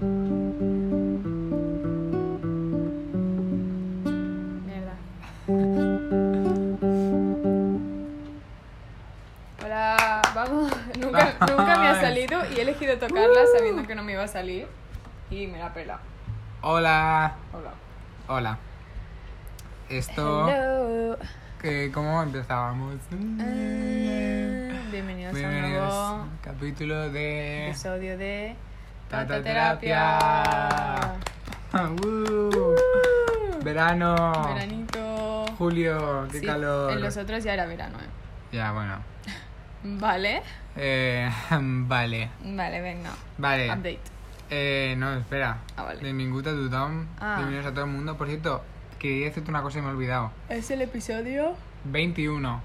Mierda. Hola, vamos. Nunca, nunca me ha salido y he elegido tocarla sabiendo que no me iba a salir. Y me la pela. Hola, Hola. hola. Esto, Hello. que ¿cómo empezábamos? Mm. Bienvenidos, Bienvenidos Eh. a un a nuevo un capítulo de episodio de Tata Tataterapia. Terapia. Uh, Verano, Veranito. julio, Oh. qué Sí, calor. En los otros ya era verano, ¿eh? Ya, bueno. Vale. Eh, vale, Vale, venga. vale. Update. Eh, no, espera. Ah, vale. Benvinguts a tothom. Ah. Bienvenidos a todo el mundo. Por cierto, quería decirte una cosa y me he olvidado. Es el episodio. 21.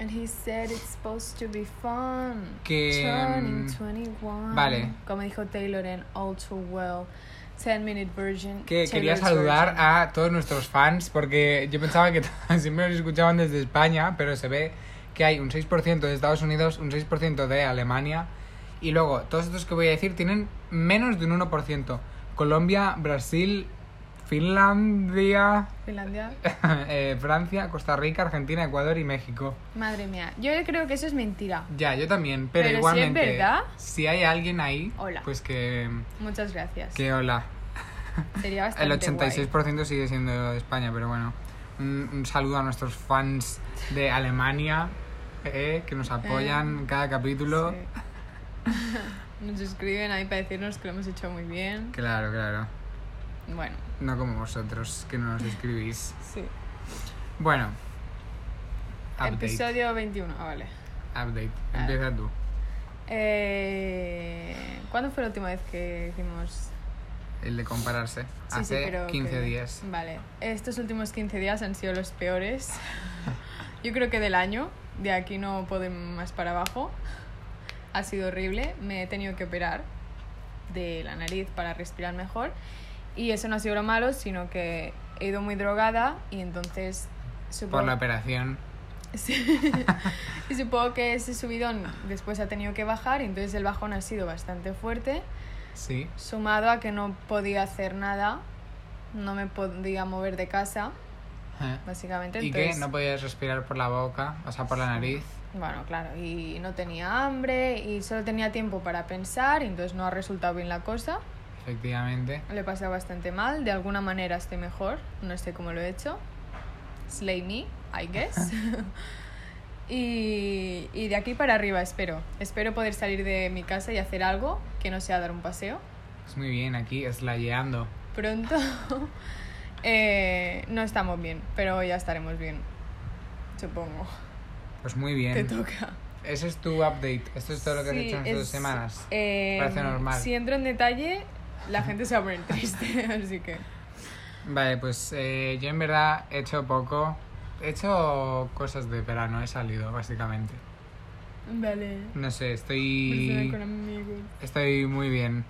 And he said it's supposed to be fun. Que, Turning mm, 21. vale. Como dijo Taylor en All Too Well. 10 minute version. Que Taylor's quería saludar version. a todos nuestros fans porque yo pensaba que siempre nos escuchaban desde España, pero se ve que hay un 6% de Estados Unidos, un 6% de Alemania y luego todos estos que voy a decir tienen menos de un 1%. Colombia, Brasil, Finlandia, Finlandia. eh, Francia, Costa Rica, Argentina, Ecuador y México. Madre mía. Yo creo que eso es mentira. Ya, yo también, pero, Pero si es igualmente verdad. si hay alguien ahí, Hola. pues que Muchas gracias. que hola. Sería bastante El guay. 86% sigue siendo de España, pero bueno. Un, un saludo a nuestros fans de Alemania eh, que nos apoyan en cada capítulo. Sí. Nos escriben ahí para decirnos que lo hemos hecho muy bien. Claro, claro. Bueno, No como vosotros que no nos escribís. sí. Bueno. Update. Episodio Ah. 21, ah, vale. Update. Empieza tú. Eh, ¿Cuándo fue la última vez que hicimos? El de compararse. Sí, sí, Hace pero 15 que- días. Vale. Estos últimos 15 días han sido los peores. Yo creo que del año. De aquí no pueden más para abajo. Ha sido horrible. Me he tenido que operar de la nariz para respirar mejor. Y eso no ha sido lo malo, sino que he ido muy drogada y entonces supongo... Por la operación. Sí. y supongo que ese subidón después ha tenido que bajar y entonces el bajón ha sido bastante fuerte, Sí. sumado a que no podía hacer nada, no me podía mover de casa, Eh. básicamente. Y que Ah. entonces- no podías respirar por la boca, o sea, por la nariz. Bueno, claro, y no tenía hambre y solo tenía tiempo para pensar y entonces no ha resultado bien la cosa. Efectivamente. Lo he pasado bastante mal, de alguna manera estoy mejor, no sé cómo lo he hecho. Slay me, I guess. y, y de aquí para arriba espero. Espero poder salir de mi casa y hacer algo que no sea dar un paseo Es muy bien, aquí, slayeando. pronto. Eh, no estamos bien, pero ya estaremos bien. Supongo. Pues muy bien. Te toca. Ese es tu update. Esto es todo lo que has Sí, hecho en estas dos es- semanas. eh, Parece normal. Si entro en detalle, la gente se va a poner triste, así que... Vale, pues eh, yo en verdad he hecho poco. He hecho cosas de verano, he salido básicamente. Vale. No sé, Persona estoy. Pues, eh, con amigos. Estoy muy bien.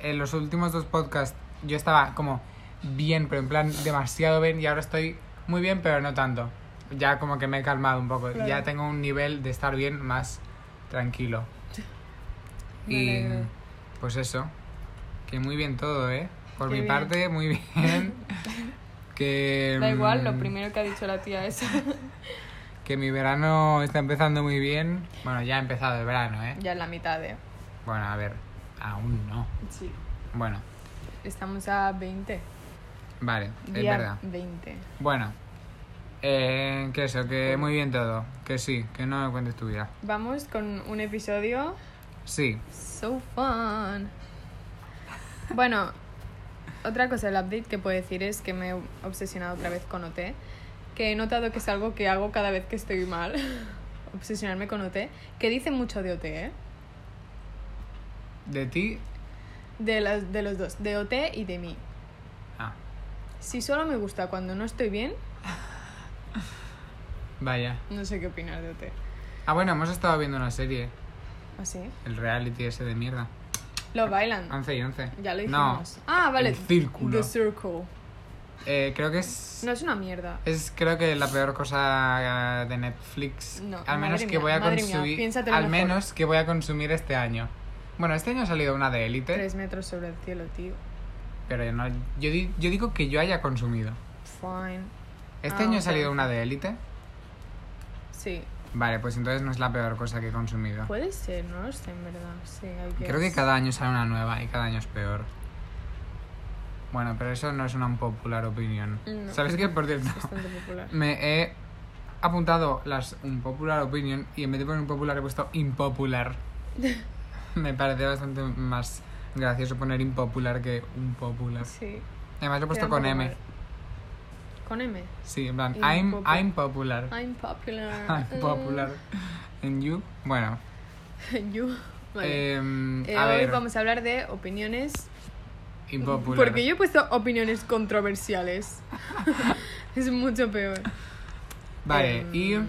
En los últimos dos podcasts yo estaba como bien, pero en plan demasiado bien. Y ahora estoy muy bien, pero no tanto. Ya como que me he calmado un poco. Claro. Ya tengo un nivel de estar bien más tranquilo. Me Y alegro. pues eso, que muy bien todo, ¿eh? Por Qué mi bien. parte, muy bien. que, Da igual, lo mm, primero que ha dicho la tía es. Que mi verano está empezando muy bien. Bueno, ya ha empezado el verano, ¿eh? ya en la mitad de. Bueno, a ver, aún no. Sí. Bueno, Estamos a 20. vale, es día verdad. 20. Bueno, eh, que eso, que muy bien todo. Que sí, que no me cuentes tu vida. Vamos con un episodio. Sí, So fun. Bueno, otra cosa del update que puedo decir es que me he obsesionado otra vez con OT. Que he notado que es algo que hago cada vez que estoy mal. Obsesionarme con OT. Que dice mucho de OT, ¿eh? de ti. De, las, de los dos. De OT y de mí. Ah, Si solo me gusta cuando no estoy bien, vaya. no sé qué opinar de OT. Ah, bueno, hemos estado viendo una serie, ¿Así? el reality ese de mierda. Love Island. 11 y 11. Ya lo Ah, No, dijimos. ah, vale. El círculo. The Circle. Eh, creo que es... No es una mierda. Es creo que la peor cosa eh, de Netflix. No, al menos madre que mía, voy a madre mía, consumir. piénsatelo Al mejor. menos que voy a consumir este año. Bueno, este año ha salido una de élite, Tres metros sobre el cielo, tío. pero yo no, yo, di- yo digo que yo haya consumido. Fine. Este Ah, año ha ok, salido ok. una de élite. Sí. Vale, pues entonces no es la peor cosa que he consumido. Puede ser, no lo sé, en verdad. Sí, hay que. Creo que cada año sale una nueva y cada año es peor. Bueno, pero eso no es una popular opinión. No. ¿Sabes qué? Por cierto, Bastante popular. me he apuntado las unpopular opinion y en vez de poner popular he puesto impopular. me parece bastante más gracioso poner impopular que unpopular. Sí. Además lo he puesto queda un con poco M. mal. Con M. Sí, en plan, I'm, Impopular. I'm I'm popular. popular. Eh, I'm popular. And you? Bueno. Mm. You. Vale. em, Eh, a hoy ver, vamos a hablar de opiniones. impopular. Porque yo he puesto opiniones controversiales. es mucho peor. Vale, Em, y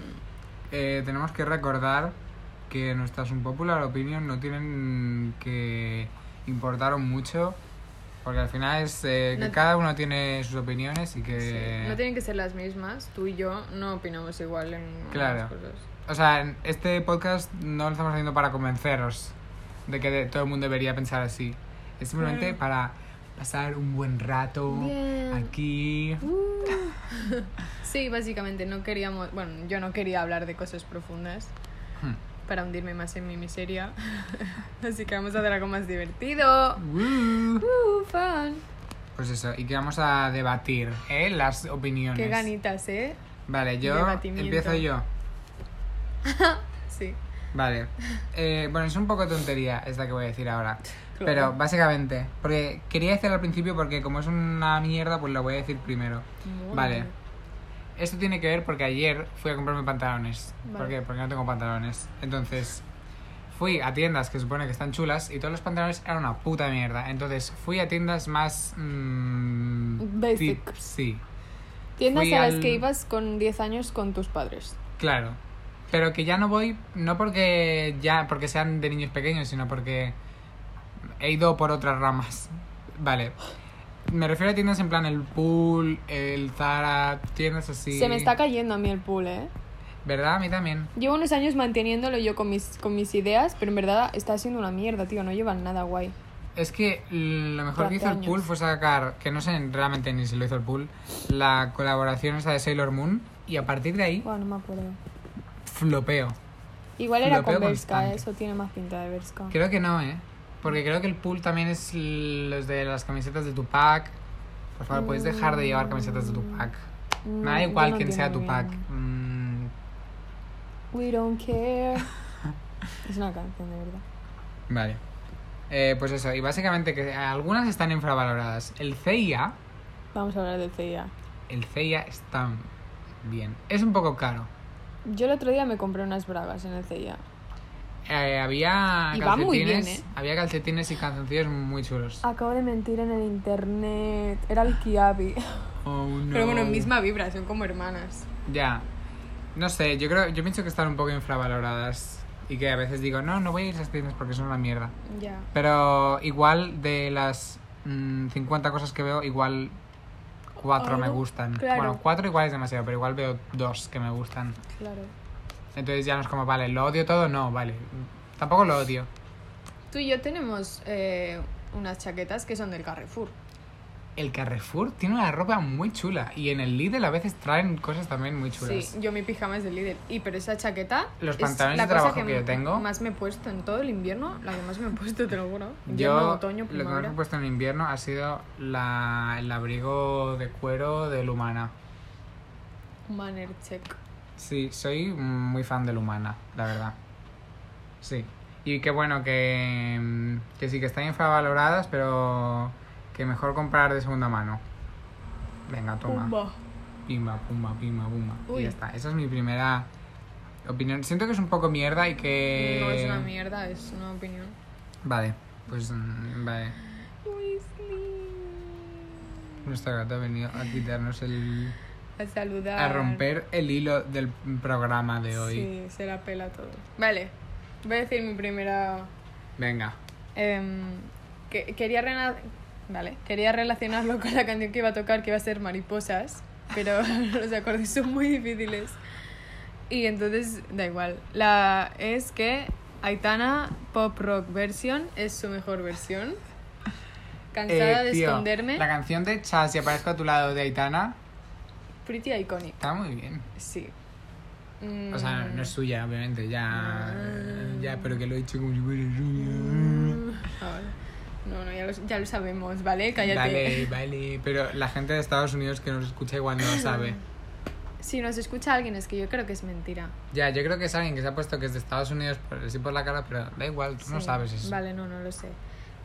eh, tenemos que recordar que nuestras unpopular opinion no tienen que importar mucho, porque al final es eh, que No- cada uno tiene sus opiniones y que... sí, No tienen que ser las mismas. Tú y yo no opinamos igual en algunas Claro. cosas. O sea, en este podcast no lo estamos haciendo para convenceros de que de- todo el mundo debería pensar así. Es simplemente Claro. para pasar un buen rato Bien. aquí. Uh. sí, básicamente no queríamos. Bueno, yo no quería hablar de cosas profundas Hmm. para hundirme más en mi miseria. Así que vamos a hacer algo más Mm. divertido. Woo. Uh, fun. Hmm. Pues eso, y que vamos a debatir ¿eh? las opiniones. Qué ganitas, ¿eh? Vale, yo Debatimiento. empiezo yo. Sí. Vale. Eh, bueno, es un poco tontería esta que voy a decir ahora. Claro. Pero básicamente, porque quería decirlo al principio porque como es una mierda, pues lo voy a decir primero. Muy Vale. bien. Esto tiene que ver porque ayer fui a comprarme pantalones. ¿Por Vale. qué? Porque no tengo pantalones. Entonces, fui a tiendas que se supone que están chulas y todos los pantalones eran una puta mierda. Entonces, fui a tiendas más... mm, Basic. tip- sí, Tiendas Fui a las al- que ibas con 10 años con tus padres. Claro. Pero que ya no voy, no porque ya porque sean de niños pequeños, sino porque he ido por otras ramas. Vale. Me refiero a tiendas en plan el pool, el Zara, tiendas así. Se me está cayendo a mí el pool, ¿eh? ¿Verdad? A mí también. Llevo unos años manteniéndolo yo con mis, con mis ideas, pero en verdad está siendo una mierda, tío. No llevan nada guay. Es que lo mejor Durante que hizo el años. pool fue sacar, que no sé realmente ni si lo hizo el pool, la colaboración esa de Sailor Moon y a partir de ahí Buah, no me acuerdo. flopeo. Igual era Flopeo con Berska, constante. ¿eh? eso tiene más pinta de Berska. Creo que no, ¿eh? Porque creo que el pool también es l- los de las camisetas de Tupac. Por favor, puedes dejar de llevar camisetas de Tupac. Mm, Me da yo igual no quién sea entiendo muy Tupac. bien. Mm, We don't care. es una canción, de verdad. vale. Eh, pues eso, y básicamente que algunas están infravaloradas. El CIA, Vamos a hablar del CIA. el CIA está bien. Es un poco caro. Yo el otro día me compré unas bragas en el CIA. Eh, había Y va calcetines, muy bien, ¿eh? Ah. había calcetines y calzoncillos muy chulos. Acabo de mentir en el internet. Era el Kiabi. Oh, no. Pero bueno, misma vibra, son como hermanas. Ya. No sé, yo creo, yo pienso que están un poco infravaloradas. Y que a veces digo, no, no voy a ir a esas tiendas porque son una mierda. Ya. Pero igual de las mm, 50 cosas que veo, igual cuatro me Algo, gustan. claro. Bueno, cuatro igual es demasiado, pero igual veo dos que me gustan. Claro. Entonces ya no es como, vale, ¿lo odio todo? No, vale. Tampoco lo odio. Tú y yo tenemos eh, unas chaquetas que son del Carrefour. El Carrefour tiene una ropa muy chula. Y en el Lidl a veces traen cosas también muy chulas. Sí, yo mi pijama es del líder. Y pero esa chaqueta. Los es pantalones la de cosa trabajo que m- yo tengo. Más me he puesto en todo el invierno, la que más me he puesto, te lo juro. Invierno, Yo otoño, lo que más me primavera. he puesto en invierno ha sido la, el abrigo de cuero de Lumana. Manner check. Sí, soy muy fan de Lumana, la verdad. Sí. Y qué bueno que, mm, que sí que están infravaloradas, pero que mejor comprar de segunda mano. Venga, toma. Pumba. Pimba, pumba, pimba, pumba. Y Uy. ya está. Esa es mi primera opinión. Siento que es un poco mierda y que... No es una mierda, es una opinión. Vale, pues mm, vale. Nuestra gata ha venido a quitarnos el... A saludar. a romper el hilo del programa de hoy. Sí, se la pela todo. Vale, voy a decir mi primera Venga. Em, que- quería, rena- vale, quería relacionarlo con la canción que iba a tocar, que iba a ser Mariposas, pero los acordes son muy difíciles. Y entonces, da igual. La es que Aitana Pop Rock Version es su mejor versión. Cansada Eh, de tío, esconderme. La canción de Chas y aparezco a tu lado de Aitana Pretty iconic, está muy bien. sí. O sea, no es Mm. suya, obviamente, ya. Mm. Ya, pero que lo he dicho como si fuera suya. Ahora. No, no, ya lo, ya lo sabemos, ¿vale? Cállate. Vale, vale. Pero la gente de Estados Unidos que nos escucha igual no lo sabe. Si nos escucha alguien, es que yo creo que es mentira. Ya, yo creo que es alguien que se ha puesto que es de Estados Unidos, por, sí por la cara, pero da igual, tú no Sí. sabes eso. Vale, no, no lo sé.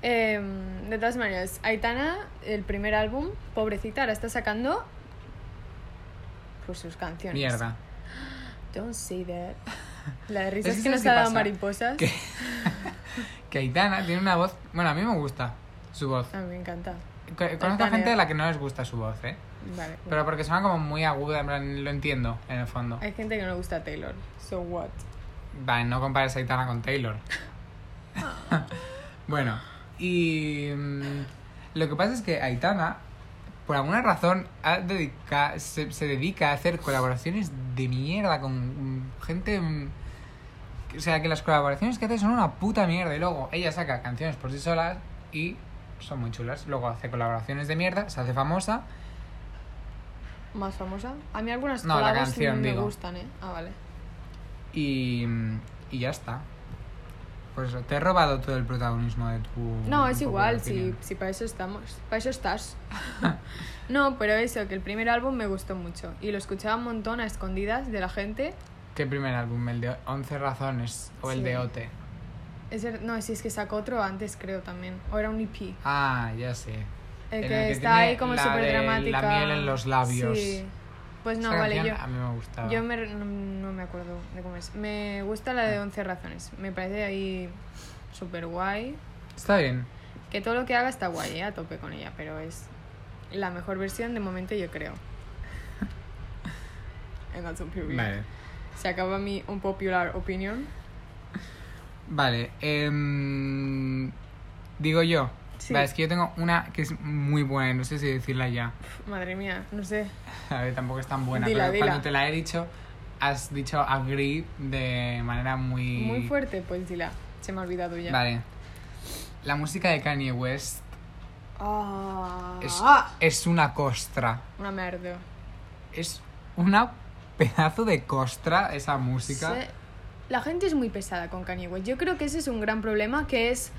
Em, de todas maneras, Aitana, el primer álbum, pobrecita, ahora está sacando. Pues sus canciones. Mierda. Don't say that. La risa Es es, que que nos ¿sabes qué ha dado pasa? mariposas. Que- Que Aitana tiene una voz. Bueno, a mí me gusta su voz. A mí me encanta. Co- Conozco Ah. Aitana. a gente a la que no les gusta su voz, ¿eh? Vale. Pero porque suena como muy aguda, en plan, lo entiendo, en el fondo. Hay gente que no le gusta a Taylor. So what? Vale, no compares a Aitana con Taylor. bueno, y. mm, Lo que pasa es que Aitana, por alguna razón, ha dedica- se, se dedica a hacer colaboraciones de mierda con mm, gente. mm, O sea, que las colaboraciones que hace son una puta mierda. Y luego ella saca canciones por sí sola y son muy chulas. Luego hace colaboraciones de mierda, se hace famosa. ¿Más famosa? A mí algunas No, la colabos canción, me digo. gustan, ¿eh? Ah, vale. Y, y ya está. Pues eso, te he robado todo el protagonismo de tu. No, un es poco igual, de si, opinión. si para eso estamos, para eso estás. no, pero eso, que el primer álbum me gustó mucho y lo escuchaba un montón a escondidas de la gente. ¿Qué primer álbum? ¿El de 11 razones o el Sí. de Ote? Es el- no, si es que sacó otro antes, creo también, o era un EP. Ah, ya sé. El En que, el que está ahí tiene como la súper de la dramática. miel en los labios. Sí. Pues no, Esa vale, canción yo, A mí me gustaba. yo me, no, no me acuerdo de cómo es. Me gusta la Ah. de 11 razones, me parece ahí súper guay. Está bien. Que todo lo que haga está guay, ¿eh? a tope con ella, pero es la mejor versión de momento, yo creo. And that's unpopular. Vale. Se acaba mi unpopular opinion. Vale. em, digo yo. Sí. Vale, es que yo tengo una que es muy buena y no sé si decirla ya. Pf, Madre mía, no sé. A ver, tampoco es tan buena, Dila, pero dila. cuando te la he dicho, has dicho agree de manera muy. Muy fuerte, pues dila. Se me ha olvidado ya. Vale. La música de Kanye West Ah, es, es una costra. una merda. Es una pedazo de costra esa música. Se- La gente es muy pesada con Kanye West. Yo creo que ese es un gran problema, que es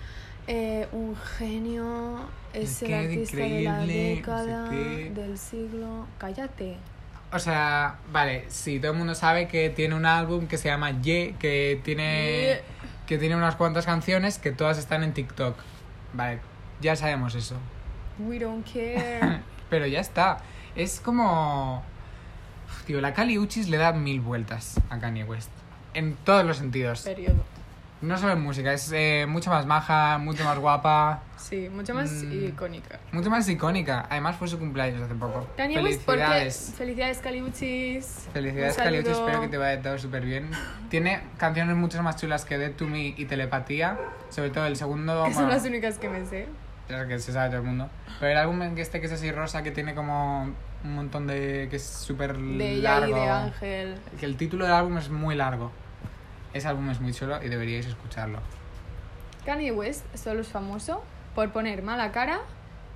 eh, un genio, es el que artista de la increíble, no sé década, qué. del siglo... Cállate. O sea, vale, sí, todo el mundo sabe que tiene un álbum que se llama Ye, que tiene, que tiene unas cuantas canciones que todas están en TikTok. Vale, ya sabemos eso. We don't care. Pero ya está. Es como... Uf, Tío, la Kali Uchis le da mil vueltas a Kanye West. En todos los sentidos. Periodo. No solo en música, es eh, mucho más maja, mucho más guapa, Sí, mucho más Mm. icónica. mucho más icónica. Además fue su cumpleaños hace poco. Kanye West, porque... Felicidades. Felicidades, Caliuchis. Felicidades, Un Kali Uchis, saludo. espero que te vaya todo súper bien. Tiene canciones mucho más chulas que Dead to Me y Telepatía, sobre todo el segundo, Que son bueno, las únicas que me sé. es que se sabe todo el mundo. Pero el álbum en que este que es así rosa, que tiene como un montón de... que es súper De ella y Mm, largo. de Ángel. que el título del álbum es muy largo. Ese álbum es muy chulo y deberíais escucharlo. Kanye West solo es famoso por poner mala cara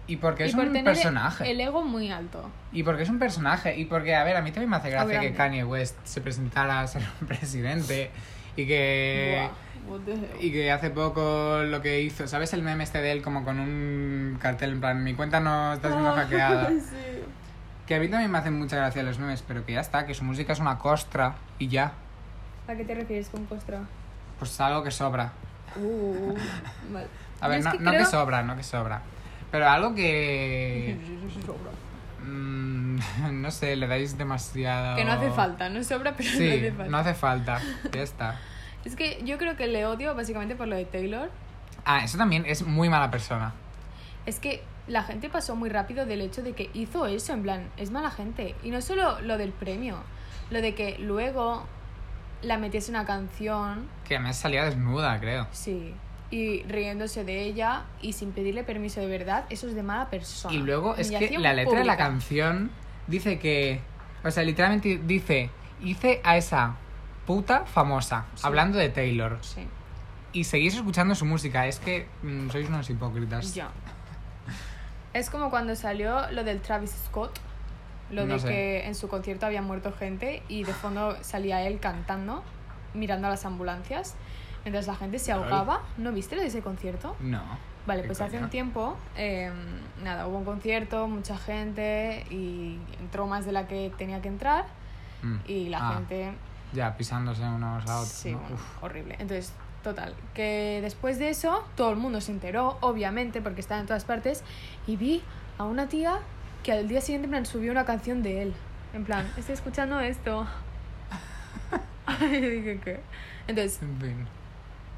Y porque y es por un tener personaje. el ego muy alto. Y porque es un personaje, y porque, a ver, a mí también me hace gracia Obviamente. que Kanye West se presentara a ser un presidente y que. Buah, what the hell. Eh, Y que hace poco lo que hizo, ¿sabes el meme este de él como con un cartel en plan, mi cuenta no está siendo Ah, hackeada? sí. Que a mí también me hacen mucha gracia los memes, pero que ya está, que su música es una costra y ya, ¿A qué te refieres con costra? pues algo que sobra. Uh, vale. A ver, Yo no, es que no que creo- sobra, no que sobra, pero algo que... mm, no sé, le dais demasiado... Que no hace falta, no sobra, pero no Sí, hace falta. no hace falta. Ya está. Es que yo creo que le odio básicamente por lo de Taylor. Ah, eso también es muy mala persona. Es que la gente pasó muy rápido del hecho de que hizo eso, en plan, es mala gente. Y no solo lo del premio, lo de que luego la metiese una canción, Que me salía desnuda, creo. sí. y riéndose de ella y sin pedirle permiso de verdad, eso es de mala persona. Y luego es que Ah, Humillación la letra de la pública. canción dice que. O sea, literalmente dice: Hice a esa puta famosa, Sí. hablando de Taylor. Sí, Y seguís escuchando su música. Es que mm, sois unos hipócritas. ya. Es como cuando salió lo del Travis Scott, lo No de sé. que en su concierto había muerto gente y de fondo salía él cantando, mirando a las ambulancias, mientras la gente se Lol. ahogaba. ¿No viste lo de ese concierto? No. Vale, ¿Qué pues hace coño? un tiempo, eh, nada, hubo un concierto, mucha gente y entró más de la que tenía que entrar Mm. y la Ah, gente... Ya, pisándose unos a otros. Sí, Ah, ¿no? bueno, Uf. horrible. Entonces, total, que después de eso todo el mundo se enteró, obviamente, porque estaba en todas partes, y vi a una tía que al día siguiente en plan, subió una canción de él. En plan, estoy escuchando esto. Y dije, ¿qué? Entonces, En fin.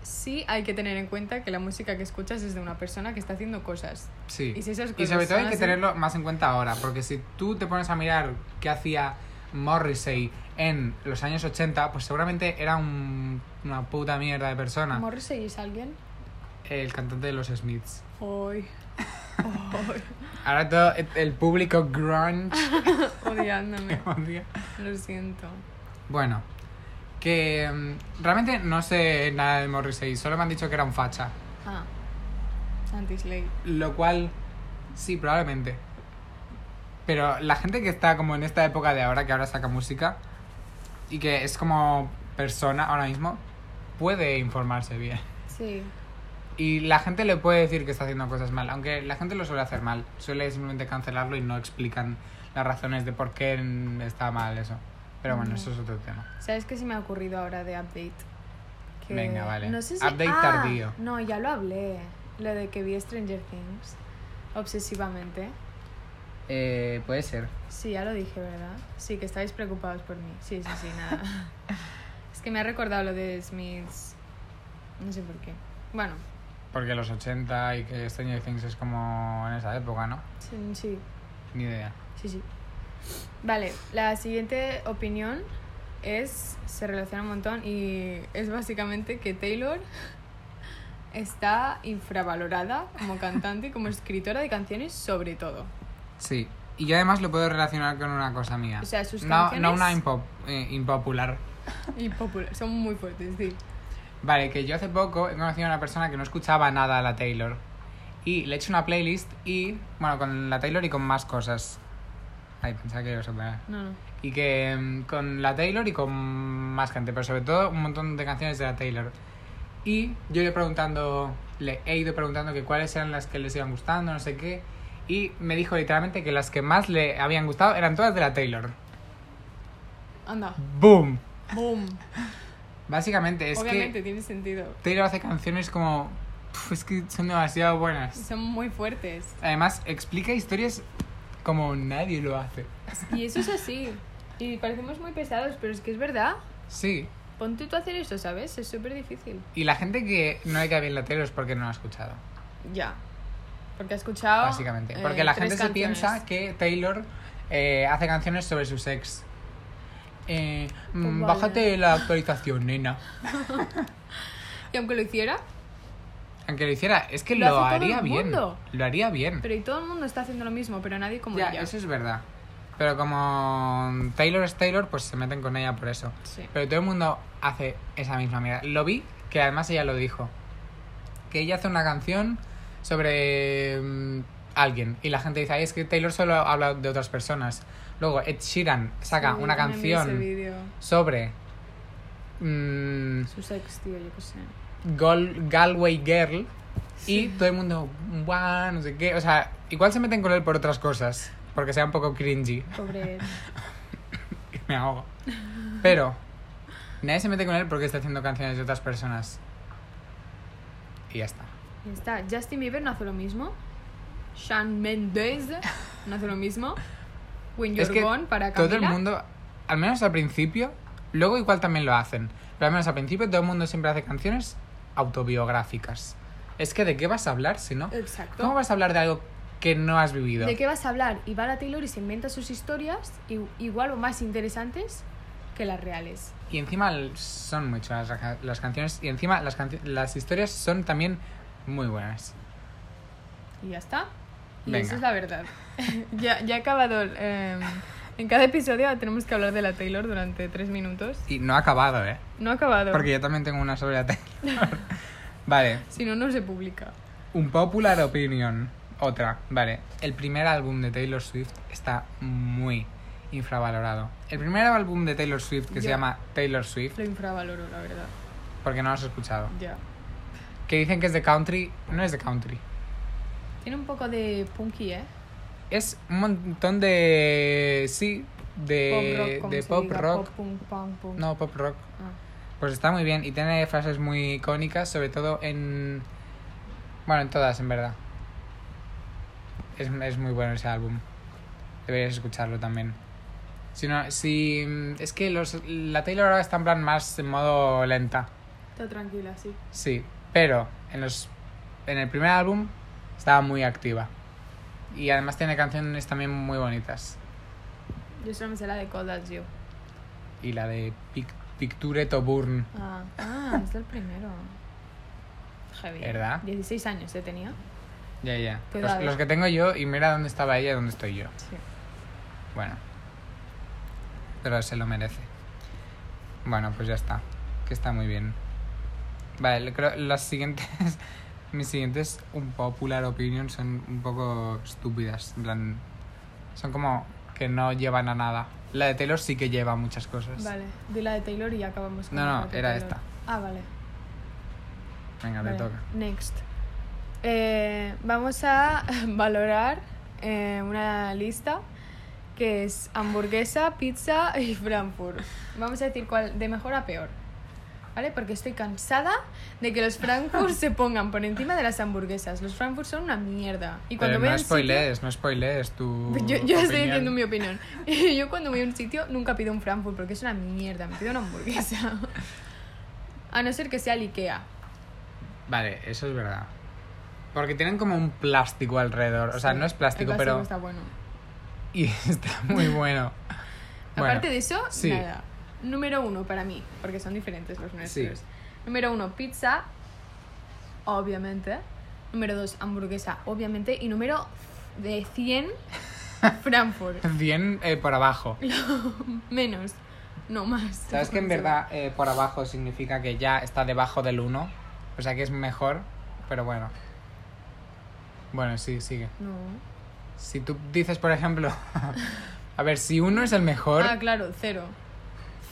sí hay que tener en cuenta que la música que escuchas es de una persona que está haciendo cosas. Sí. Y si esas Y cosas sobre todo hay son que así- tenerlo más en cuenta ahora, porque si tú te pones a mirar qué hacía Morrissey en los años 80, pues seguramente era un- una puta mierda de persona. ¿Morrissey es alguien? el cantante de los Smiths. Hoy. Ahora todo el- el público grunge. Odiándome. odia. Lo siento. bueno, que mm, realmente no sé nada de Morrissey, solo me han dicho que era un facha. Ah. Antislave. Lo cual, sí, probablemente. Pero la gente que está como en esta época de ahora, que ahora saca música, y que es como persona ahora mismo, puede informarse bien. Sí. Y la gente le puede decir que está haciendo cosas mal, aunque la gente lo suele hacer mal. Suele simplemente cancelarlo y no explican las razones de por qué mm, está mal eso. Pero bueno, Ujú. eso es otro tema. ¿Sabes qué se me ha ocurrido ahora de update? Venga, vale. No sé si... Update Ah, tardío. No, ya lo hablé. Lo de que vi Stranger Things. Obsesivamente. Eh, puede ser. Sí, ya lo dije, ¿verdad? Sí, que estáis preocupados por mí. Sí, sí, sí, nada. es que me ha recordado lo de Smiths. No sé por qué. Bueno, Porque los 80 y que Stranger Things es como en esa época, ¿no? sí, sí. Ni idea. Sí, sí. Vale, la siguiente opinión es, se relaciona un montón y es básicamente que Taylor está infravalorada como cantante y como escritora de canciones sobre todo. Sí. Y yo además lo puedo relacionar con una cosa mía. O sea, sus no, No canciones- una impo- eh, impopular. Y popular, son muy fuertes, sí. Vale, que yo hace poco he conocido a una persona que no escuchaba nada a la Taylor. Y le he hecho una playlist y, bueno, con la Taylor y con más cosas. Ay, pensaba que iba a sorprender. No, no. Y que mm, con la Taylor y con más gente, pero sobre todo un montón de canciones de la Taylor. Y yo le he preguntando, le he ido preguntando que cuáles eran las que les iban gustando, no sé qué. Y me dijo literalmente que las que más le habían gustado eran todas de la Taylor. Anda. ¡Boom! Boom. Básicamente es Obviamente que tiene sentido. Taylor hace canciones como... "Pf, es que son demasiado buenas. Son muy fuertes. Además, explica historias como nadie lo hace. Y eso es así. Y parecemos muy pesados, pero es que es verdad. Sí. Ponte tú a hacer eso, ¿sabes? Es súper difícil. Y la gente que no le cae bien la Taylor es porque no la ha escuchado, Ya. Porque ha escuchado. básicamente. eh, Porque la tres gente se canciones. piensa que Taylor eh, hace canciones sobre su sex. Eh, mm, Pues vale. Bájate la actualización, nena. Y aunque lo hiciera, Mm. Aunque lo hiciera, es que Lo lo, hace todo haría el bien. mundo. Lo haría bien. pero y todo el mundo está haciendo lo mismo, pero nadie como ya, ella. eso es verdad. Pero como Taylor es Taylor, pues se meten con ella por eso. Sí. Pero todo el mundo hace esa misma mierda. Lo vi, que además ella lo dijo. Que ella hace una canción sobre mm, alguien. Y la gente dice, ay, es que Taylor solo habla de otras personas. Luego Ed Sheeran saca Sí, una también vi ese canción vídeo. sobre mm, Su sex, tío, yo qué sé. Gal- Galway Girl. Y todo el mundo, guau, no sé qué. O sea, igual se meten con él por otras cosas. Porque sea un poco cringy. Pobre. él. Me ahogo. Pero nadie se mete con él porque está haciendo canciones de otras personas. Y ya está. Ya está. Justin Bieber no hace lo mismo. Shawn Mendes no hace lo mismo. When You're Es que Gone para Camila. Todo el mundo, al menos al principio, luego igual también lo hacen, pero al menos al principio todo el mundo siempre hace canciones autobiográficas. Es que de qué vas a hablar si no? Exacto. ¿Cómo vas a hablar de algo que no has vivido? ¿De qué vas a hablar? Y va la Taylor y se inventa sus historias, i- igual o más interesantes, que las reales. Y encima l- son muy chulas las ca- las canciones. Y encima las, canci- las historias son también muy buenas. Y ya está. Y Venga. eso es la verdad. ya, ya he acabado. eh, en cada episodio tenemos que hablar de la Taylor durante tres minutos. Y no ha acabado, ¿eh? No ha acabado. Porque yo también tengo una sobre la Taylor. vale. Si no, no se publica. Un popular opinion. Otra. Vale. El primer álbum de Taylor Swift está muy infravalorado. El primer álbum de Taylor Swift que se Ya. llama Taylor Swift, Lo infravaloro, la verdad. porque no lo has escuchado. Ya. Que dicen que es de country. No es de country. Tiene un poco de punky, ¿eh? Es un montón de. Sí, Eh, de como de se pop diga, rock. Pop, punk, punk, punk. No, pop rock. Ah. Pues está muy bien y tiene frases muy icónicas, sobre todo en. Bueno, en todas, en verdad. Es, es muy bueno ese álbum. Deberías escucharlo también. Si no, si. Es que los, la Taylor ahora está en plan más en modo lenta. Está tranquila, sí. Sí, pero en, los, en el primer álbum estaba muy activa. Y además tiene canciones también muy bonitas. Yo solo me sé la de Cold As You. Y la de Pic- Picture to Burn. Ah, ah es del primero. Heavy. ¿Verdad? 16 años te tenía. Ya, ya. Qué Los, grave. los que tengo yo y mira dónde estaba ella y dónde estoy yo. Sí. Bueno. Pero se lo merece. Bueno, pues ya está. Que está muy bien. Vale, lo- creo las siguientes. Mis siguientes un popular opinion son un poco estúpidas. En plan. Son como que no llevan a nada. La de Taylor sí que lleva muchas cosas. Vale, di la de Taylor y ya acabamos con No, la no, de era Taylor. esta. Ah, vale. Venga, vale. te toca. Next. Eh, vamos a valorar eh, una lista que es hamburguesa, pizza y Frankfurt. Vamos a decir cuál de mejor a peor. ¿Vale? Porque estoy cansada de que los Frankfurt se pongan por encima de las hamburguesas. Los Frankfurt son una mierda. Y cuando Pero voy a no un sitio- spoilees, no spoilees tu. Yo, yo estoy opinión. diciendo mi opinión. Yo cuando voy a un sitio nunca pido un Frankfurt porque es una mierda, me pido una hamburguesa. A no ser que sea el Ikea. Vale, eso es verdad. Porque tienen como un plástico alrededor. O sea, Sí, no es plástico, el pero. está bueno. Y está muy bueno. Bueno, Aparte de eso, sí. nada. Número uno para mí, porque son diferentes los nuestros. Sí. Número uno, pizza, obviamente. Número dos, hamburguesa, obviamente. Y número de 100, Frankfurt. 100 eh, por abajo. Menos, no más. ¿Sabes que en verdad eh, por abajo significa que ya está debajo del 1? O sea que es mejor, pero bueno. Bueno, sí, sigue. No. Si tú dices, por ejemplo, a ver, si 1 es el mejor, Ah, claro, cero.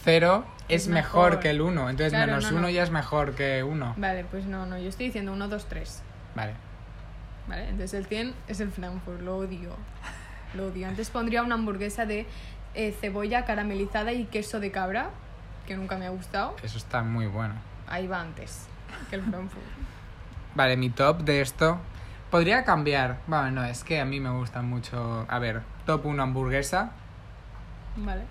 0 es, Es mejor. mejor. que el 1. Entonces Claro, menos no, 1 no. ya es mejor que 1. Vale, pues no, no, yo estoy diciendo 1, 2, 3. Vale. ¿Vale? Entonces el 100 es el Frankfurt, lo odio. Lo odio. Antes pondría una hamburguesa de eh, cebolla caramelizada y queso de cabra, que nunca me ha gustado. Eso está muy bueno. Ahí va antes que el Frankfurt. Vale, mi top de esto. Podría cambiar. Bueno, no, es que a mí me gusta mucho. A ver, top 1 hamburguesa. ¿Vale?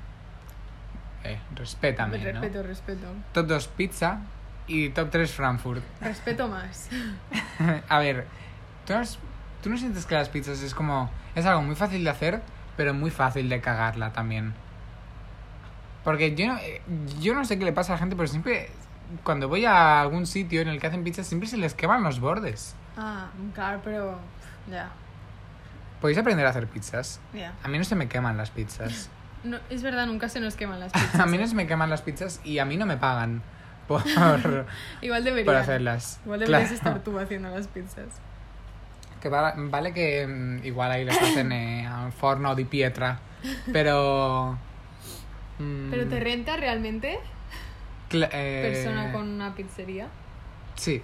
Eh, respétame, ¿no? respeto, respeto. Top 2 pizza y top 3 Frankfurt. Respeto más. a ver, ¿tú no, has- tú no sientes que las pizzas es como... Es algo muy fácil de hacer, pero muy fácil de cagarla también. Porque yo, no- eh, yo no sé qué le pasa a la gente, pero siempre... Cuando voy a algún sitio en el que hacen pizzas, siempre se les queman los bordes. Ah, claro, pero. Ya, ¿Podéis aprender a hacer pizzas? ya. A mí no se me queman las pizzas. No, es verdad, nunca se nos queman las pizzas. A mí no se me queman las pizzas y a mí no me pagan por, por Igual deberías. hacerlas. Igual deberías Claro. estar tú haciendo las pizzas. Que va- vale que mm, igual ahí les hacen eh, a un forno de pietra, pero... mm, ¿Pero te renta realmente cla- eh, persona con una pizzería? Sí.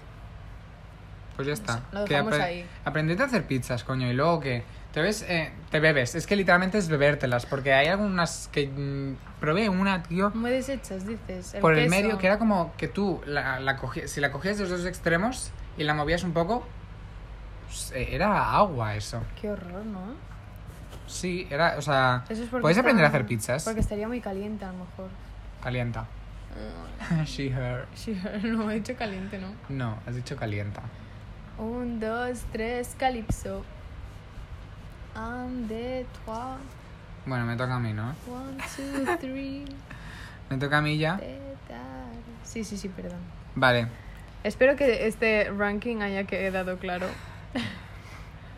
Pues ya está. Lo Que dejamos apre- ahí. Aprendete a hacer pizzas, coño, y luego que... Te ves, eh, te bebes. Es que literalmente es bebértelas, porque hay algunas que... mm, probé una, tío, Muy deshechas, dices. por el Mm, queso. medio, que era como que tú, la, la cogías- si la cogías de los dos extremos y la movías un poco, pues, eh, era agua eso. Qué horror, ¿no? Sí, era, o sea, Eso es porque ¿Puedes aprender a está- hacer pizzas? Porque estaría muy caliente a lo mejor. calienta. Mm. She, her. Sí, no, he hecho caliente, ¿no? No, has dicho calienta. Un, dos, tres, calipso. Un, deux, trois, Bueno, me toca a mí, ¿no? one, two, three. Me toca a mí ya. Sí, sí, sí, perdón. Vale. Espero que este ranking haya quedado claro.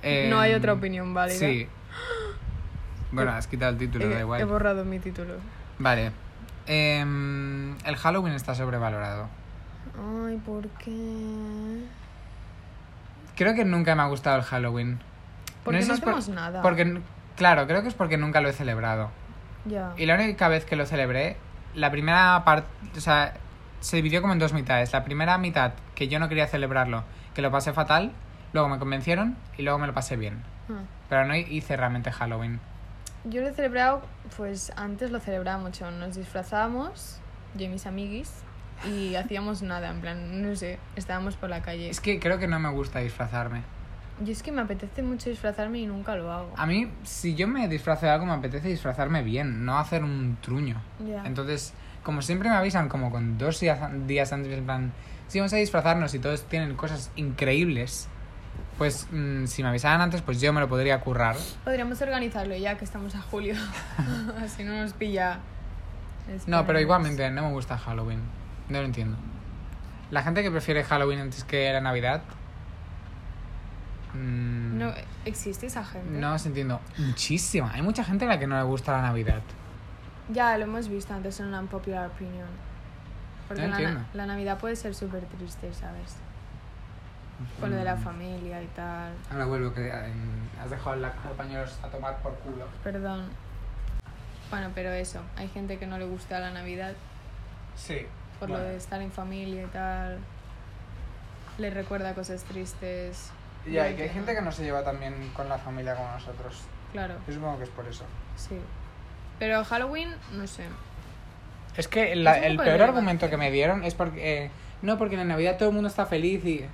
no hay Em, otra opinión válida. Eh, Sí. Bueno, has quitado el título, He- da he igual. borrado mi título. Vale. Em, el Halloween está sobrevalorado. Ay, ¿por qué? Creo que nunca me ha gustado el Halloween. Porque sé no si es por- hacemos nada. Porque, n- claro, creo que es porque nunca lo he celebrado. Ya. Y la única vez que lo celebré, la primera parte, o sea, se dividió como en dos mitades. La primera mitad, que yo no quería celebrarlo, que lo pasé fatal, luego me convencieron y luego me lo pasé bien. Ah. Pero no hice realmente Halloween. Yo lo he celebrado, pues antes lo celebraba mucho. Nos disfrazábamos, yo y mis amiguis, y hacíamos nada, en plan, no sé, estábamos por la calle. Es que creo que no me gusta disfrazarme. Yo es que me apetece mucho disfrazarme y nunca lo hago. A mí, si yo me disfrazo de algo, me apetece disfrazarme bien, no hacer un truño. Ya. Entonces, como siempre me avisan, como con dos días, días antes, en plan, si vamos a disfrazarnos y todos tienen cosas increíbles, pues mm, si me avisaran antes, pues yo me lo podría currar. Podríamos organizarlo ya que estamos a julio. Así no nos pilla. No, pero Esperemos. igualmente, no me gusta Halloween. No lo entiendo. La gente que prefiere Halloween antes que la Navidad. mm, No, ¿Existe esa gente? no os entiendo. Muchísima. Hay mucha gente a la que no le gusta la Navidad. Ya, lo hemos visto antes en una popular opinión. Porque No la, na- entiendo. la Navidad puede ser súper triste, ¿sabes? Con lo de Mm. la familia y tal. Ahora vuelvo, que eh, has dejado la caja de pañuelos a tomar por culo. Perdón. Bueno, pero eso. Hay gente que no le gusta la Navidad Sí. por lo de estar en familia y tal. Le recuerda cosas tristes. Y hay, que hay gente que no se lleva también con la familia como nosotros. Claro, Yo supongo que es por eso. sí. Pero Halloween, no sé. Es que Es un el poco peor irrelevante. argumento que me dieron es porque... eh, no, porque en la Navidad todo el mundo está feliz y...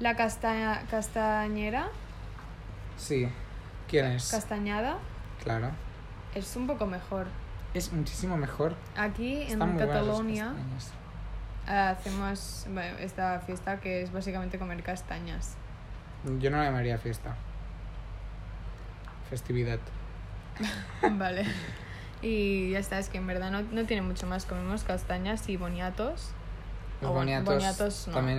La casta- castañera, Sí. ¿Quién es? castañada, Claro. es un poco mejor. Es muchísimo mejor. Aquí Están en muy buenas las Cataluña castañas. hacemos bueno, esta fiesta que es básicamente comer castañas. Yo no la llamaría fiesta. Festividad. Vale. Y ya está, es que en verdad no, no tiene mucho más. Comemos castañas y boniatos. Los O bon- boniatos, Oh, boniatos no. también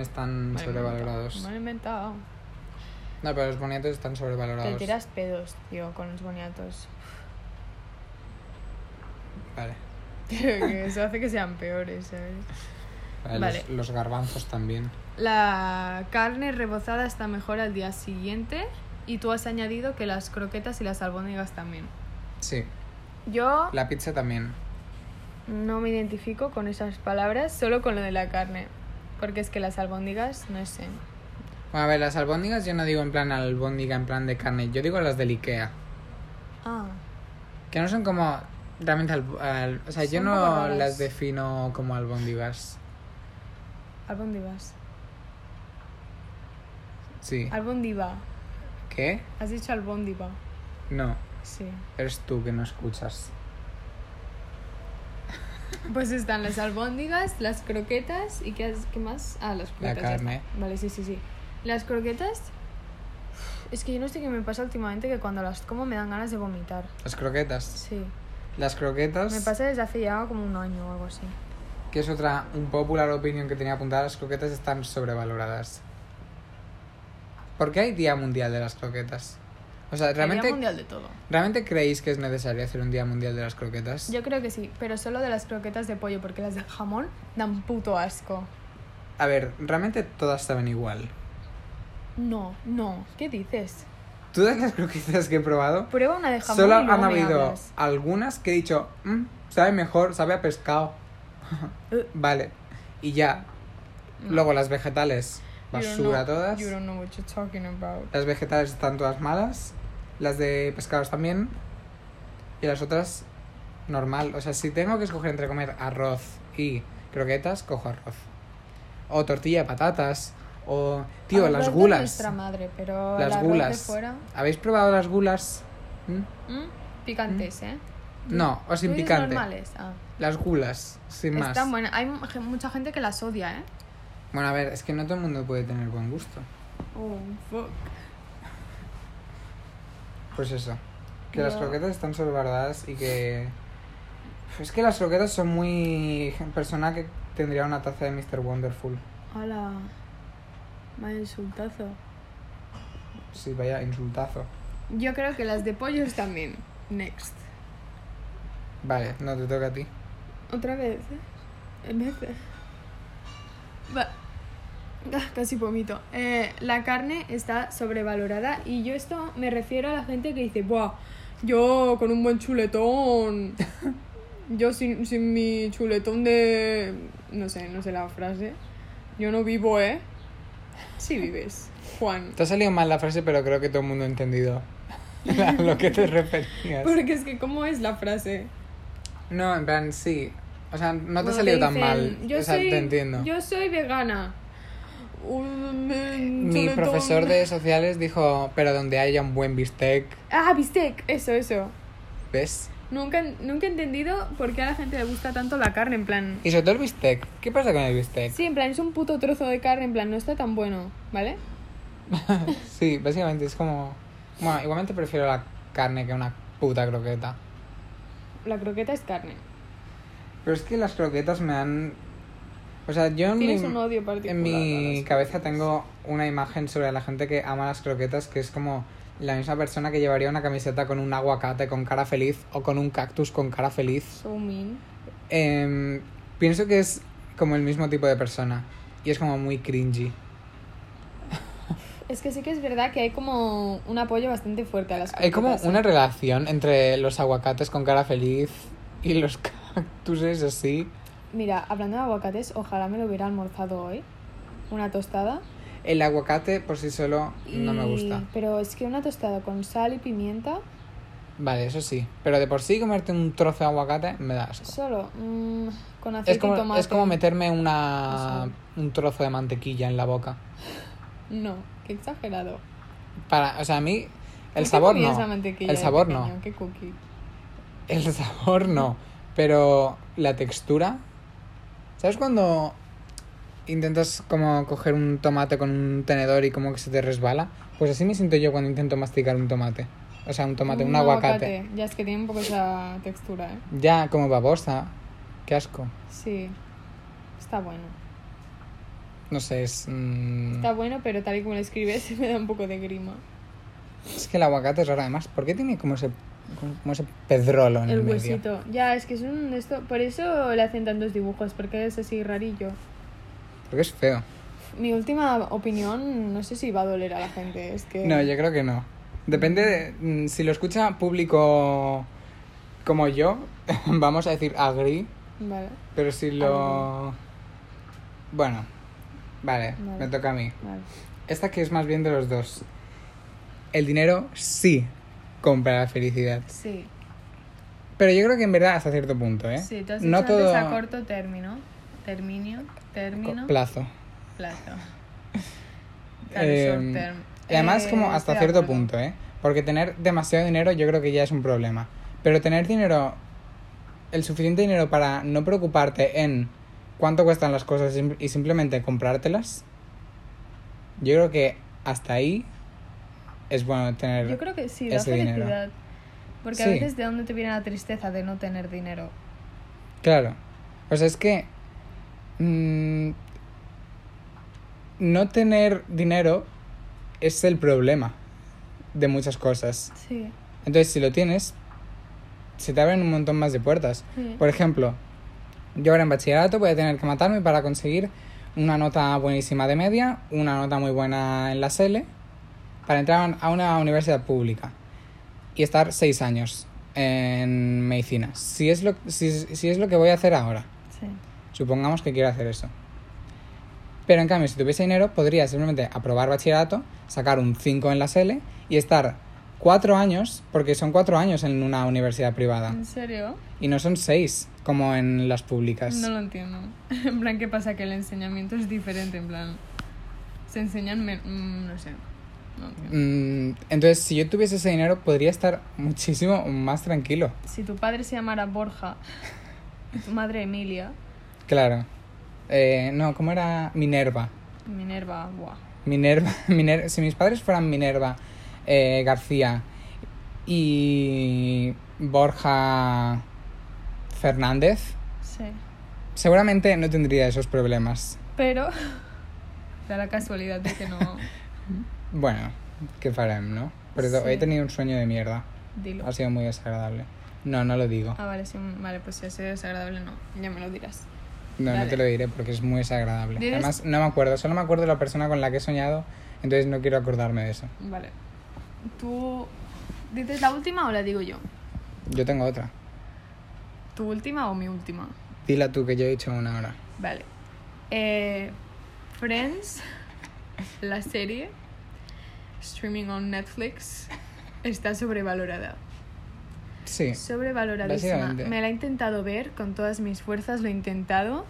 Me están lo he inventado, sobrevalorados. Me lo he inventado. No, pero los boniatos están sobrevalorados. Te tiras pedos, tío, con los boniatos. Vale. Creo que eso hace que sean peores, ¿sabes? Vale, los- Vale. Los, garbanzos también. La carne rebozada está mejor al día siguiente. Y tú has añadido que las croquetas y las albóndigas también. Sí. Yo La pizza también. no me identifico con esas palabras, solo con lo de la carne. Porque es que las albóndigas, no sé. Bueno, a ver, las albóndigas yo no digo en plan albóndiga, en plan de carne. Yo digo las del Ikea. Ah, Que no son como realmente... alb- al- o sea, yo Son un poco no raras. las defino como albóndigas. albóndigas. Sí. Albóndiva. ¿Qué? Has dicho albóndiva. No. Sí. Eres tú que no escuchas. Pues están las albóndigas, las croquetas y ¿qué, has- qué más? Ah, las La croquetas. ya carne. está. Vale, sí, sí, sí. Las croquetas. Es que yo no sé qué me pasa últimamente que cuando las como me dan ganas de vomitar. Las croquetas. Sí. Las croquetas... Me pasa desde hace ya como un año o algo así. que es otra un popular opinión que tenía apuntada, las croquetas están sobrevaloradas. ¿Por qué hay Día Mundial de las Croquetas? O sea, Día ¿realmente, mundial de todo. ¿realmente creéis que es necesario hacer un Día Mundial de las Croquetas? Yo creo que sí, pero solo de las croquetas de pollo porque las de jamón dan puto asco. A ver, realmente todas saben igual. No, no. ¿Qué dices? Todas las croquetas que he probado, Prueba una de jamón. solo y luego han me habido hablas. algunas que he dicho, "Mm, sabe mejor, sabe a pescado. Eh. vale, y ya. No. Luego las vegetales, You don't basura know- todas. You don't know what you're talking about. Las vegetales están todas malas. Las de pescados también. Y las otras, normal. O sea, si tengo que escoger entre comer arroz y croquetas, cojo arroz. O tortilla de patatas. O, tío, Arroz las de gulas. nuestra madre, pero Las el arroz de gulas. fuera, ¿Habéis probado las gulas? ¿Mm? ¿Mm? Picantes, ¿eh? No, o sin Tú dices picante. normales. Ah. Las gulas, sin más. Están buenas. Hay m- gen- mucha gente que las odia, ¿eh? Bueno, a ver, es que no todo el mundo puede tener buen gusto. Oh, fuck. Pues eso. Que las Yo- croquetas están sobrevaloradas y que Es que las croquetas son muy... Persona que tendría una taza de Mr. Wonderful. Hola. Vaya insultazo. Sí, vaya insultazo. Yo creo que las de pollos también. Next. Vale, no te toca a ti. Otra vez. ¿eh? En vez de... Va. Ah, casi vomito. Eh, la carne está sobrevalorada y yo esto me refiero a la gente que dice, Buah, yo con un buen chuletón. Yo sin, sin mi chuletón de... No sé, no sé la frase. Yo no vivo, ¿eh? Sí vives, Juan. Te ha salido mal la frase, pero creo que todo el mundo ha entendido a lo que te referías. Porque es que, ¿cómo es la frase? No, en plan, sí. O sea, no te Cuando ha salido tan dicen, mal. Yo o sea, soy, te entiendo. Yo soy vegana. Un- un Mi chuletón. profesor de sociales dijo, pero donde haya un buen bistec, Ah, bistec, eso, eso. ¿ves? Nunca, nunca he entendido por qué a la gente le gusta tanto la carne, en plan... Y sobre todo el bistec. ¿Qué pasa con el bistec? Sí, en plan, es un puto trozo de carne, en plan, no está tan bueno, ¿vale? Sí, básicamente es como... Bueno, igualmente prefiero la carne que una puta croqueta. La croqueta es carne. Pero es que las croquetas me han... O sea, yo en Tienes mi, un odio particular. en a mi las cabeza croquetas. tengo una imagen sobre la gente que ama las croquetas que es como la misma persona que llevaría una camiseta con un aguacate con cara feliz o con un cactus con cara feliz. So mean. Em, pienso que es como el mismo tipo de persona y es como muy cringy. Es que sí que es verdad que hay como un apoyo bastante fuerte a las Hay como croquetas. ¿eh? una relación entre los aguacates con cara feliz y los cactuses así. Mira, hablando de aguacates, ojalá me lo hubiera almorzado hoy. Una tostada. El aguacate por sí solo no me y- gusta. Pero es que una tostada con sal y pimienta, Vale, eso sí. Pero de por sí comerte un trozo de aguacate me da asco. solo mm, con aceite Es y como, tomate. es como meterme una, Eso. un trozo de mantequilla en la boca. No, qué exagerado. Para, o sea, a mí ¿Tú te el sabor comías la no. mantequilla El de sabor no. pequeño? Qué cookie. El sabor no. Pero la textura. ¿Sabes cuando intentas como coger un tomate con un tenedor y como que se te resbala? Pues así me siento yo cuando intento masticar un tomate. O sea, un tomate, un, aguacate. Ya es que tiene un poco esa textura, ¿eh? Ya como babosa. Qué asco. Sí. Está bueno. No sé, es... mm, Está bueno, pero tal y como lo escribes, se me da un poco de grima. Es que el aguacate es raro. Además, ¿por qué tiene como ese, como ese pedrolo en el, El medio? huesito. Ya, es que es un esto. Por eso le hacen tantos dibujos, porque es así rarillo. Porque es feo. Mi última opinión, no sé si va a doler a la gente. Es que. No, yo creo que no. Depende, de- mm, si lo escucha público como yo, vamos a decir agri, Vale, pero si lo... Bueno, vale, Vale. me toca a mí. vale. Esta que es más bien de los dos. El dinero sí compra la felicidad. Sí. Pero yo creo que en verdad hasta cierto punto, ¿eh? Sí, tú has no dicho antes todo a corto término. Terminio. Término. plazo. plazo. Claro, short Eh, term. y además Eh, como estoy hasta de cierto acuerdo. punto, ¿eh? Porque tener demasiado dinero yo creo que ya es un problema. Pero tener dinero, el suficiente dinero para no preocuparte en cuánto cuestan las cosas sim- y simplemente comprártelas, yo creo que hasta ahí es bueno tener... Yo creo que sí, da ese dinero. felicidad. Porque a Sí. veces de dónde te viene la tristeza de no tener dinero. Claro. O sea, es que... mm, no tener dinero es el problema de muchas cosas. Sí. Entonces, si lo tienes, se te abren un montón más de puertas. Sí. Por ejemplo, yo ahora en bachillerato voy a tener que matarme para conseguir una nota buenísima de media, una nota muy buena en la SELE, para entrar a una universidad pública y estar seis años en medicina. Si es lo, si, si es lo que voy a hacer ahora, Sí. supongamos que quiero hacer eso. Pero en cambio, si tuviese dinero, podría simplemente aprobar bachillerato, sacar un 5 en la SELE y estar cuatro años, porque son cuatro años en una universidad privada. ¿En serio? Y no son seis, como en las públicas. No lo entiendo. En plan, ¿qué pasa? Que el enseñamiento es diferente, en plan... Se enseñan... men- mm, no sé. No entiendo. Mm, Entonces, si yo tuviese ese dinero, podría estar muchísimo más tranquilo. Si tu padre se llamara Borja y tu madre Emilia, Claro. Eh, no, ¿cómo era? Minerva. Minerva, buah. Minerva, Miner- si mis padres fueran Minerva eh, García y Borja Fernández, Sí. seguramente no tendría esos problemas. Pero da la casualidad de que no. Bueno, qué farem, ¿no? Pero Sí. he tenido un sueño de mierda. Dilo. Ha sido muy desagradable. No, no lo digo. Ah, vale, sí, vale, pues si ha sido desagradable, no. Ya me lo dirás. No, no Dale. te lo diré porque es muy desagradable. Dices- Además, no me acuerdo. Solo me acuerdo de la persona con la que he soñado. Entonces no quiero acordarme de eso. Vale. ¿Tú dices la última o la digo yo? Yo tengo otra. ¿Tu última o mi última? Dila tú que yo he dicho una hora. Vale. Eh, Friends, la serie, streaming on Netflix, está sobrevalorada. Sí. Sobrevaloradísima. Básicamente. Me la he intentado ver con todas mis fuerzas, lo he intentado.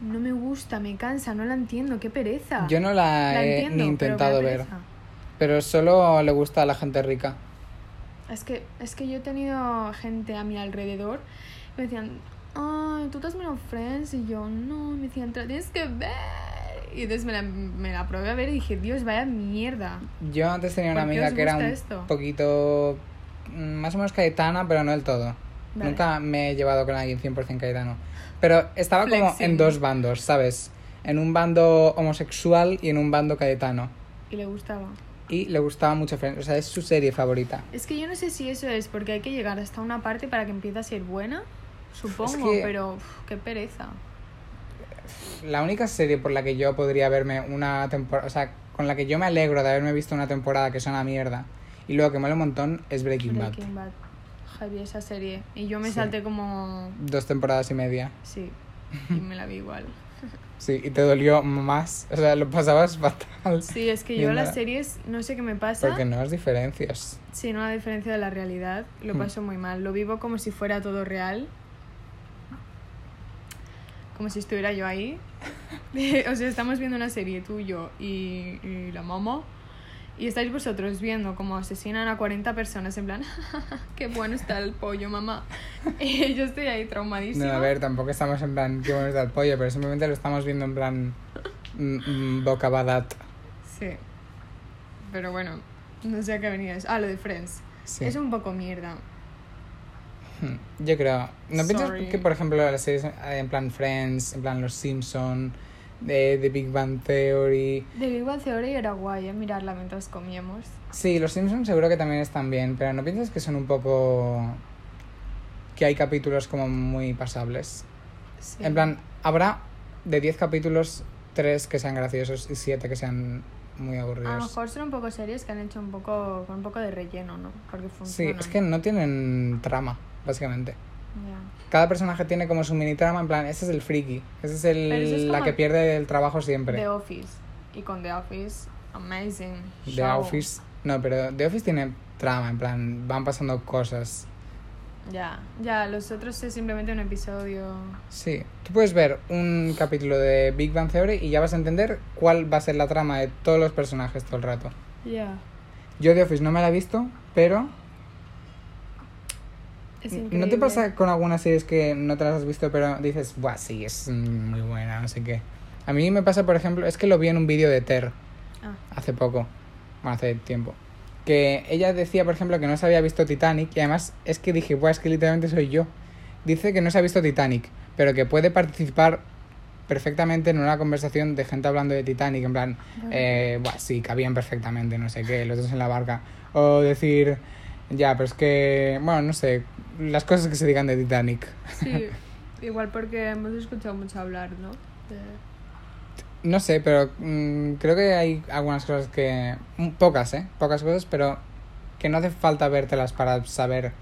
No me gusta, me cansa, no la entiendo, qué pereza. Yo no la, Ah, La he entiendo, ni pero me da intentado ver. pereza. Pero solo le gusta a la gente rica. Es que, es que yo he tenido gente a mi alrededor y me decían, ay, tú te has mirado Friends y yo, no, y me decían, te la tienes que ver. Y entonces me la, me la probé a ver y dije, Dios, vaya mierda. Yo antes tenía una ¿Por qué amiga os que era un gusta esto? poquito mm, más o menos caetana, pero no del todo. Vale. Nunca me he llevado con alguien 100% caetano. Pero estaba como en Flexing. dos bandos, ¿sabes? En un bando homosexual y en un bando caetano. Y le gustaba. Y le gustaba mucho Friends. O sea, es su serie favorita. Es que yo no sé si eso es porque hay que llegar hasta una parte para que empiece a ser buena, supongo, que- pero uf, qué pereza. La única serie por la que yo podría verme una temporada... O sea, con la que yo me alegro de haberme visto una temporada que es una mierda y luego que mola un montón es Breaking, Bad. Breaking Bad. Javier, esa serie. Y yo me Sí. salté como... Dos temporadas y media. Sí. Y me la vi igual. Sí, y te dolió más. O sea, lo pasabas fatal. Sí, es que Y yo en las la- series, no sé qué me pasa. Porque no es diferencias. Sí, no la diferencia de la realidad. Lo Mm. paso muy mal. Lo vivo como si fuera todo real. Como si estuviera yo ahí. o sea, estamos viendo una serie, tú, yo y, y la mamá. Y estáis vosotros viendo cómo asesinan a 40 personas en plan, qué bueno está el pollo, mamá. Y yo estoy ahí No, traumadísima. a ver, tampoco estamos en plan, qué bueno está el pollo, pero simplemente lo estamos viendo en plan mm, mm, boca badat. Sí. Pero bueno, no sé a qué venía eso. Ah, lo de Friends. Sí. Es un poco mierda. Hmm, Yo creo. ¿No piensas Sorry. que, por ejemplo, las series eh, en plan Friends, en plan Los Simpson, de The Big Bang Theory... De Big Bang Theory era guay, ¿eh? mirarla mientras comíamos. Sí, Los Simpson seguro que también están bien, pero ¿no piensas que son un poco... que hay capítulos como muy pasables? Sí. En plan, habrá de 10 capítulos, 3 que sean graciosos y 7 que sean muy aburridos. A lo mejor son un poco series que han hecho un poco con un poco de relleno, ¿no? Porque Sí, funcionan. es que no tienen trama, básicamente. Ya. Cada personaje tiene como su mini trama, en plan, este es el friki, este es, el, Pero eso es la como- que pierde el trabajo siempre. The Office. Y con The Office, amazing. The show. Office. No, pero The Office tiene trama, en plan, van pasando cosas. Ya, ya, los otros es simplemente un episodio. Sí, tú puedes ver un capítulo de Big Bang Theory y ya vas a entender cuál va a ser la trama de todos los personajes todo el rato. Ya. Yo The Office no me la he visto, pero Es ¿No increíble. te pasa con algunas series que no te las has visto, pero dices, buah, sí, es mm, muy buena, no sé qué? A mí me pasa, por ejemplo, es que lo vi en un vídeo de Ter Ah, hace poco, bueno, hace tiempo, que ella decía, por ejemplo, que no se había visto Titanic, y además es que dije, buah, es que literalmente soy yo. Dice que no se ha visto Titanic, pero que puede participar perfectamente en una conversación de gente hablando de Titanic, en plan, eh, buah, sí, cabían perfectamente, no sé qué, los dos en la barca. O decir, ya, pero es que, bueno, no sé, las cosas que se digan de Titanic. sí. Igual porque hemos escuchado mucho hablar, ¿no? De- No sé, pero mm, creo que hay algunas cosas que... mm, Pocas, ¿eh? Pocas cosas, pero que no hace falta vértelas para saber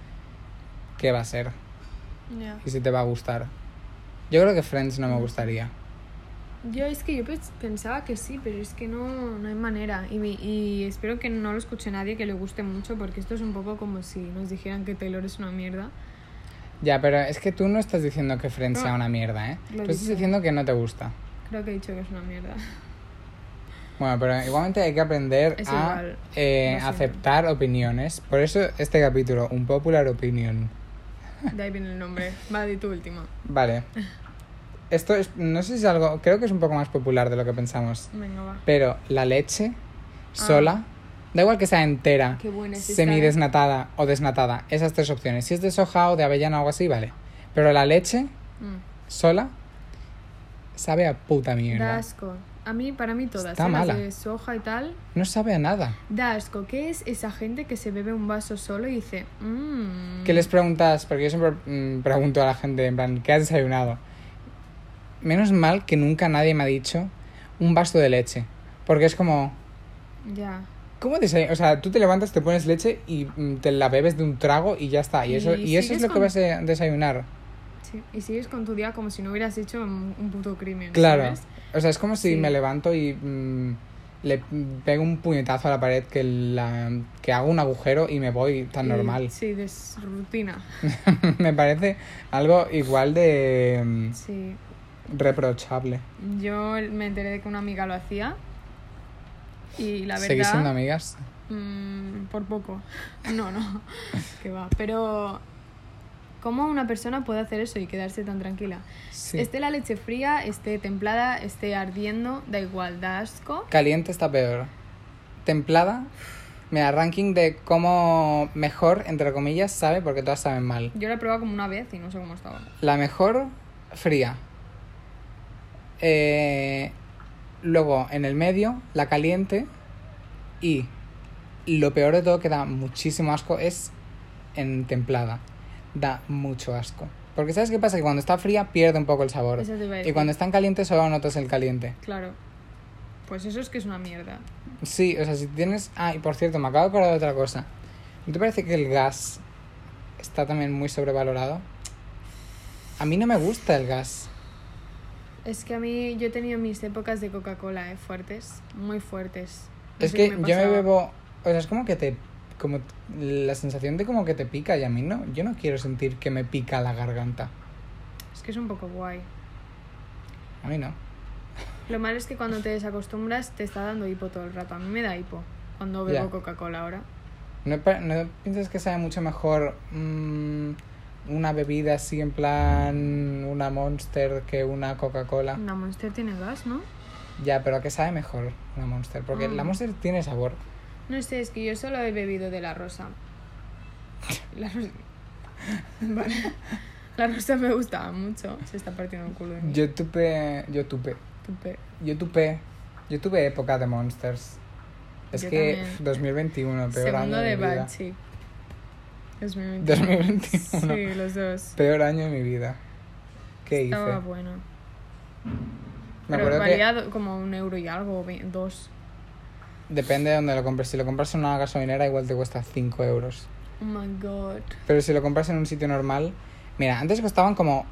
qué va a ser Ya. y si te va a gustar. Yo creo que Friends no me gustaría. Yo es que yo pens- pensaba que sí, pero es que no, no hay manera. Y, mi- y espero que no lo escuche nadie que le guste mucho, porque esto es un poco como si nos dijeran que Taylor es una mierda. Ya, pero es que tú no estás diciendo que Friends No. sea una mierda, ¿eh? Lo he Tú estás dicho. diciendo que no te gusta. Creo que he dicho que es una mierda. Bueno, pero igualmente hay que aprender Es a igual, eh, lo siento. aceptar opiniones. Por eso este capítulo, un popular opinion. De ahí viene el nombre. Va, di tu última. Vale. Esto es, no sé si es algo, creo que es un poco más popular de lo que pensamos. Venga, va. Pero la leche sola, da igual que sea entera, Ah. Qué buena es esta, ¿eh? semidesnatada o desnatada, esas tres opciones. Si es de soja o de avellana o algo así, vale. Pero la leche Mm. sola sabe a puta Da mierda. asco. A mí, para mí todas. Está ¿eh? Las mala. de soja y tal. No sabe a nada. Da asco. ¿Qué es esa gente que se bebe un vaso solo y dice... Mmm... ¿Qué les preguntas? Porque yo siempre mm, pregunto a la gente, en plan, ¿qué has desayunado? Menos mal que nunca nadie me ha dicho un vaso de leche. Porque es como, Ya. ¿cómo desayunas? O sea, tú te levantas, te pones leche y mm, te la bebes de un trago y ya está. Y, Y eso, y eso es sigues lo que con- vas a desayunar. Sí. Y sigues con tu día como si no hubieras hecho un, un puto crimen. Claro. ¿sabes? O sea, es como si Sí. me levanto y mm, le pego un puñetazo a la pared que, la, que hago un agujero y me voy tan Y- normal. Sí, de s- rutina. me parece algo igual de mm, Sí. reprochable. Yo me enteré de que una amiga lo hacía. Y la ¿Seguís siendo verdad. amigas? mm, por poco. No, no. que va. Pero. ¿Cómo una persona puede hacer eso y quedarse tan tranquila? Sí. Esté la leche fría, esté templada, esté ardiendo, da igual, da asco. Caliente está peor. Templada. Mira, ranking de cómo mejor, entre comillas, sabe, porque todas saben mal. Yo la he probado como una vez y no sé cómo estaba. La mejor, fría. Eh, luego, en el medio, la caliente. Y lo peor de todo, que da muchísimo asco, es en templada. Da mucho asco. Porque ¿sabes qué pasa? Que cuando está fría pierde un poco el sabor. Eso te iba a Y decir. cuando está en caliente solo notas el caliente. Claro. Pues eso es que es una mierda. Sí, o sea, si tienes... Ah, y por cierto, me acabo de acordar de otra cosa. ¿No te parece que el gas está también muy sobrevalorado? A mí no me gusta el gas. Es que a mí yo he tenido mis épocas de Coca-Cola, ¿eh? Fuertes, muy fuertes. No Es sé que qué yo me pasaba. bebo... O sea, es como que te... Como la sensación de como que te pica y a mí no... Yo no quiero sentir que me pica la garganta. Es que es un poco guay. A mí no. Lo malo es que cuando te desacostumbras te está dando hipo todo el rato. A mí me da hipo cuando bebo Ya. Coca-Cola ahora. ¿No, pa- no piensas que sabe mucho mejor mm, una bebida así en plan una Monster que una Coca-Cola? La Monster tiene gas, ¿no? Ya, pero ¿a qué sabe mejor una Monster? Porque la Mm. Monster tiene sabor. No sé, es que yo solo he bebido de la rosa. La rosa. Vale. La rosa me gustaba mucho. Se está partiendo el culo de mí. Yo tuve, yo tuve, Tupe. yo tuve, yo tuve época de Monsters. Es Yo que también. pf, 2021, peor año Segundo de, de mi vida. Bachi. 2021. 2021, Sí, los dos. peor año de mi vida. ¿Qué Estaba hice? bueno. Me Pero acuerdo valía do- como un euro y algo, o ve- dos. que depende de dónde lo compres. Si lo compras en una gasolinera igual te cuesta 5 euros. Oh my god. Pero si lo compras en un sitio normal... Mira, antes costaban como...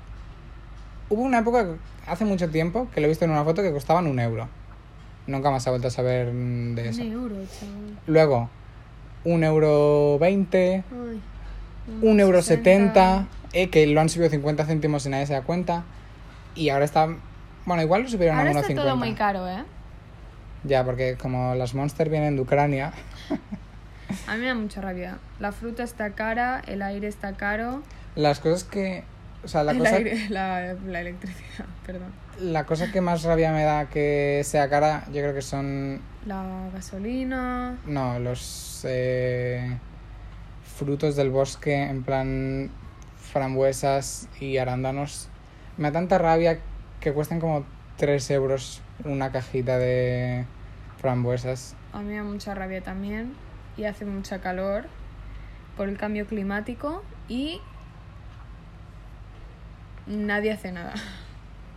Hubo una época, hace mucho tiempo, que lo he visto en una foto, que costaban un euro. Nunca más he vuelto a saber mm, de eso. Un euro, chaval. Luego, un euro veinte, Ay, un euro setenta, 60. eh, que lo han subido 50 céntimos y nadie se da cuenta. Y ahora está... Bueno, igual lo subieron Ahora a está 1,50. todo muy caro, ¿eh? Ya, porque como las Monster vienen de Ucrania, A mí me da mucha rabia. La fruta está cara, el aire está caro. las cosas que... O sea, la el cosa, aire- la, la electricidad, perdón. la cosa que más rabia me da que sea cara, yo creo que son... La gasolina. No, los eh, frutos del bosque, en plan frambuesas y arándanos. Me da tanta rabia que cuestan como 3 euros una cajita de frambuesas. A mí me da mucha rabia también. Y hace mucha calor por el cambio climático. Y nadie hace nada.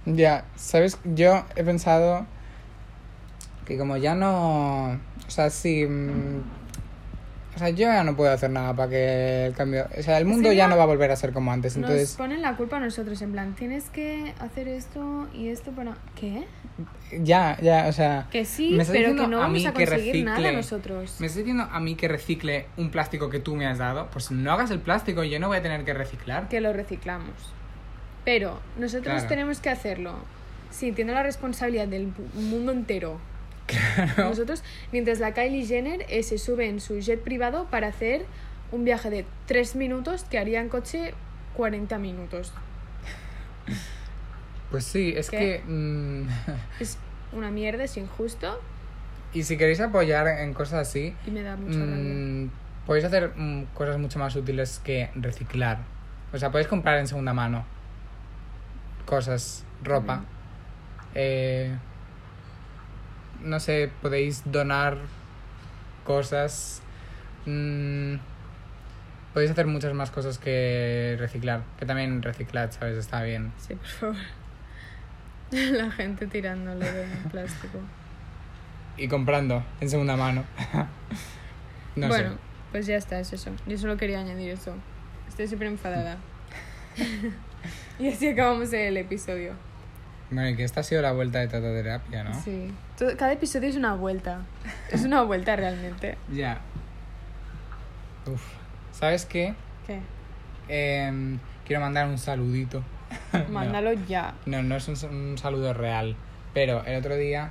Ya, ¿sabes? Yo he pensado que como ya no... O sea, sí... mm, o sea, yo ya no puedo hacer nada para que el cambio... O sea, el mundo ya Sería- no va a volver a ser como antes, Nos entonces... ponen la culpa a nosotros. En plan, tienes que hacer esto y esto para... ¿Qué? Ya, ya, o sea... Que sí, Me estás pero diciendo que no a vamos mí a que conseguir nada recicle. nosotros. ¿Me estás diciendo a mí que recicle un plástico que tú me has dado? Pues no hagas el plástico, yo no voy a tener que reciclar. que lo reciclamos. Pero nosotros Claro. tenemos que hacerlo sintiendo la responsabilidad del pu- mundo entero. Nosotros, mientras la Kylie Jenner eh, se sube en su jet privado para hacer un viaje de 3 minutos que haría en coche 40 minutos. Pues sí, es ¿Qué? que... mm, Es una mierda, es injusto y si queréis apoyar en cosas así, y me da mucho mm, podéis hacer mm, cosas mucho más útiles que reciclar. O sea, puedes comprar en segunda mano cosas, ropa. Mm. Eh, no sé, podéis donar cosas. Mm, podéis hacer muchas más cosas que reciclar. Que también reciclar, ¿sabes? Está bien. Sí, por favor. La gente tirándole de plástico. Y comprando en segunda mano. no bueno, sé. pues ya está, es eso. Yo solo quería añadir eso. Estoy súper enfadada. Mm. y así acabamos el episodio. Bueno, y que esta ha sido la vuelta de terapia, ¿no? Sí. Todo- cada episodio es una vuelta. Es una vuelta realmente. Ya. Uf. ¿Sabes qué? ¿Qué? Em, quiero mandar un saludito. No. Mándalo ya. No, no es un, un saludo real. Pero el otro día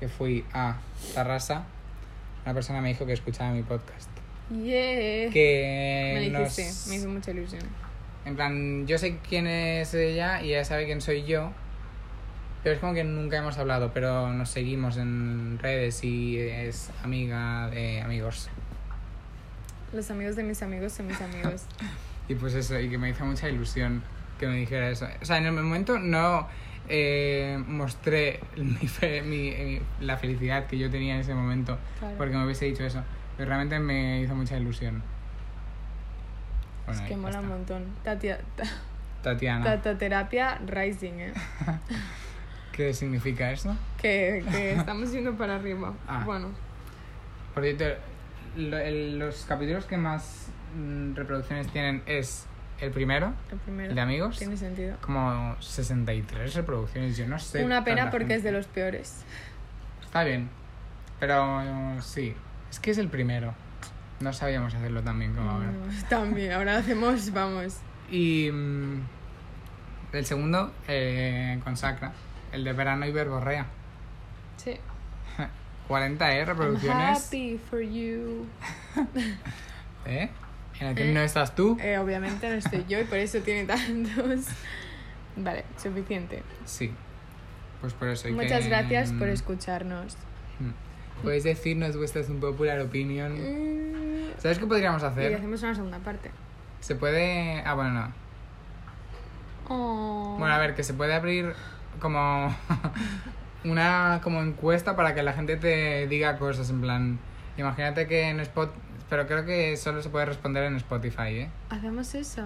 que fui a Tarrasa, una persona me dijo que escuchaba mi podcast. Yeah. Que Me lo nos- hiciste, me hizo mucha ilusión. En plan, yo sé quién es ella y ella sabe quién soy yo. Pero es como que nunca hemos hablado, pero nos seguimos en redes y es amiga de amigos. Los amigos de mis amigos son mis amigos. Y pues eso, y que me hizo mucha ilusión que me dijera eso. O sea, en el momento no eh, mostré mi fe- mi- mi- la felicidad que yo tenía en ese momento Claro. porque me hubiese dicho eso. Pero realmente me hizo mucha ilusión. es Bueno, que ya mola un está. Ah, montón. Tatia, ta- Tatiana, tataterapia Rising, ¿eh? ¿qué significa eso? Que, que estamos yendo para arriba. Ah. Bueno, Por cierto, lo- el- los capítulos que más mm, reproducciones tienen es el primero, el primero. el de amigos. Tiene sentido. Como 63 reproducciones, yo no sé. Una pena tanta porque gente. es de los peores. Está bien. Pero sí, es que es el primero. No sabíamos hacerlo tan bien como ahora. No, también, ahora hacemos, vamos. Y mm, el segundo, eh, consacra. El de verano y verborrea. Sí. 40 eh, I'm reproducciones. happy for you. ¿Eh? En el que Eh. no estás tú. Eh, obviamente no estoy yo y por eso tiene tantos. Vale, suficiente. Sí. Pues por eso. y que, Muchas gracias por mm, escucharnos. Podéis decirnos vuestra popular opinion. Mm, ¿Sabes qué podríamos Y hacer? hacemos una segunda parte. Se puede. Ah, bueno, no. Oh. Bueno, a ver, que se puede abrir como una como encuesta para que la gente te diga cosas en plan. Imagínate que en Spotify, pero creo que solo se puede responder en Spotify, ¿eh? Hacemos eso.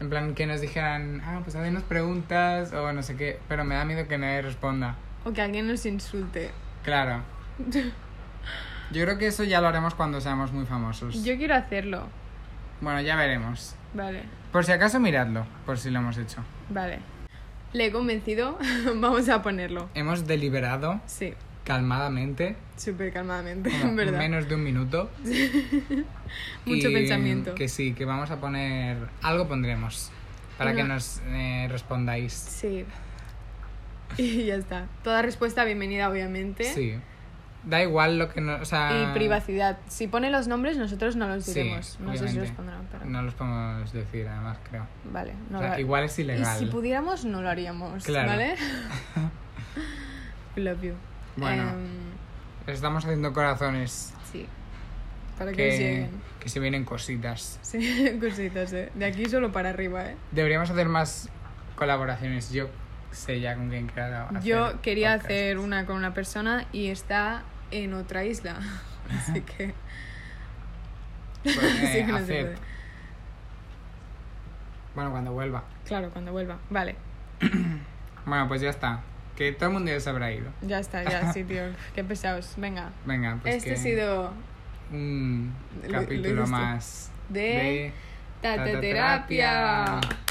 En plan que nos dijeran, ah, pues haznos preguntas o no sé qué, pero me da miedo que nadie responda. O que alguien nos insulte. Claro. Yo creo que eso ya lo haremos cuando seamos muy famosos. Yo quiero hacerlo. Bueno, ya veremos. Vale, Por si acaso miradlo, por si lo hemos hecho. vale. Le he convencido. Vamos a ponerlo. Hemos deliberado Sí, calmadamente súper calmadamente, como en verdad. menos de un minuto. Mucho Y pensamiento. Que sí, que vamos a poner. Algo pondremos. Para que Una- nos eh, respondáis. Sí. Y ya está. Toda respuesta bienvenida, obviamente. Sí. Da igual lo que no. O sea, Y privacidad. Si pone los nombres, nosotros no los Sí, diremos. no sé si obviamente. los pondrán, pero. No los podemos decir, además, creo. Vale, no O sea, lo- igual es Y ilegal. si pudiéramos, no lo haríamos. Claro. ¿Vale? We Love you. Bueno. Em, Les Estamos haciendo corazones. sí. Para que, nos Que, lleguen. que se vienen cositas. Sí, cositas, ¿eh? De aquí solo para arriba, ¿eh? Deberíamos hacer más colaboraciones. Yo sé ya con quién quiero hacer Yo quería podcasts. hacer una con una persona y está en otra isla. Así Eh, que. Pues, así eh, que no se hacer. puede. Bueno, cuando vuelva. Claro, cuando vuelva. Vale, Bueno, pues ya está. Que todo el mundo ya se habrá ido. ya está, ya, sí, tío. Qué pesados. Venga. Venga, pues este que- ha sido un Lo- lo capítulo dices tú. más de, Tataterapia. tataterapia.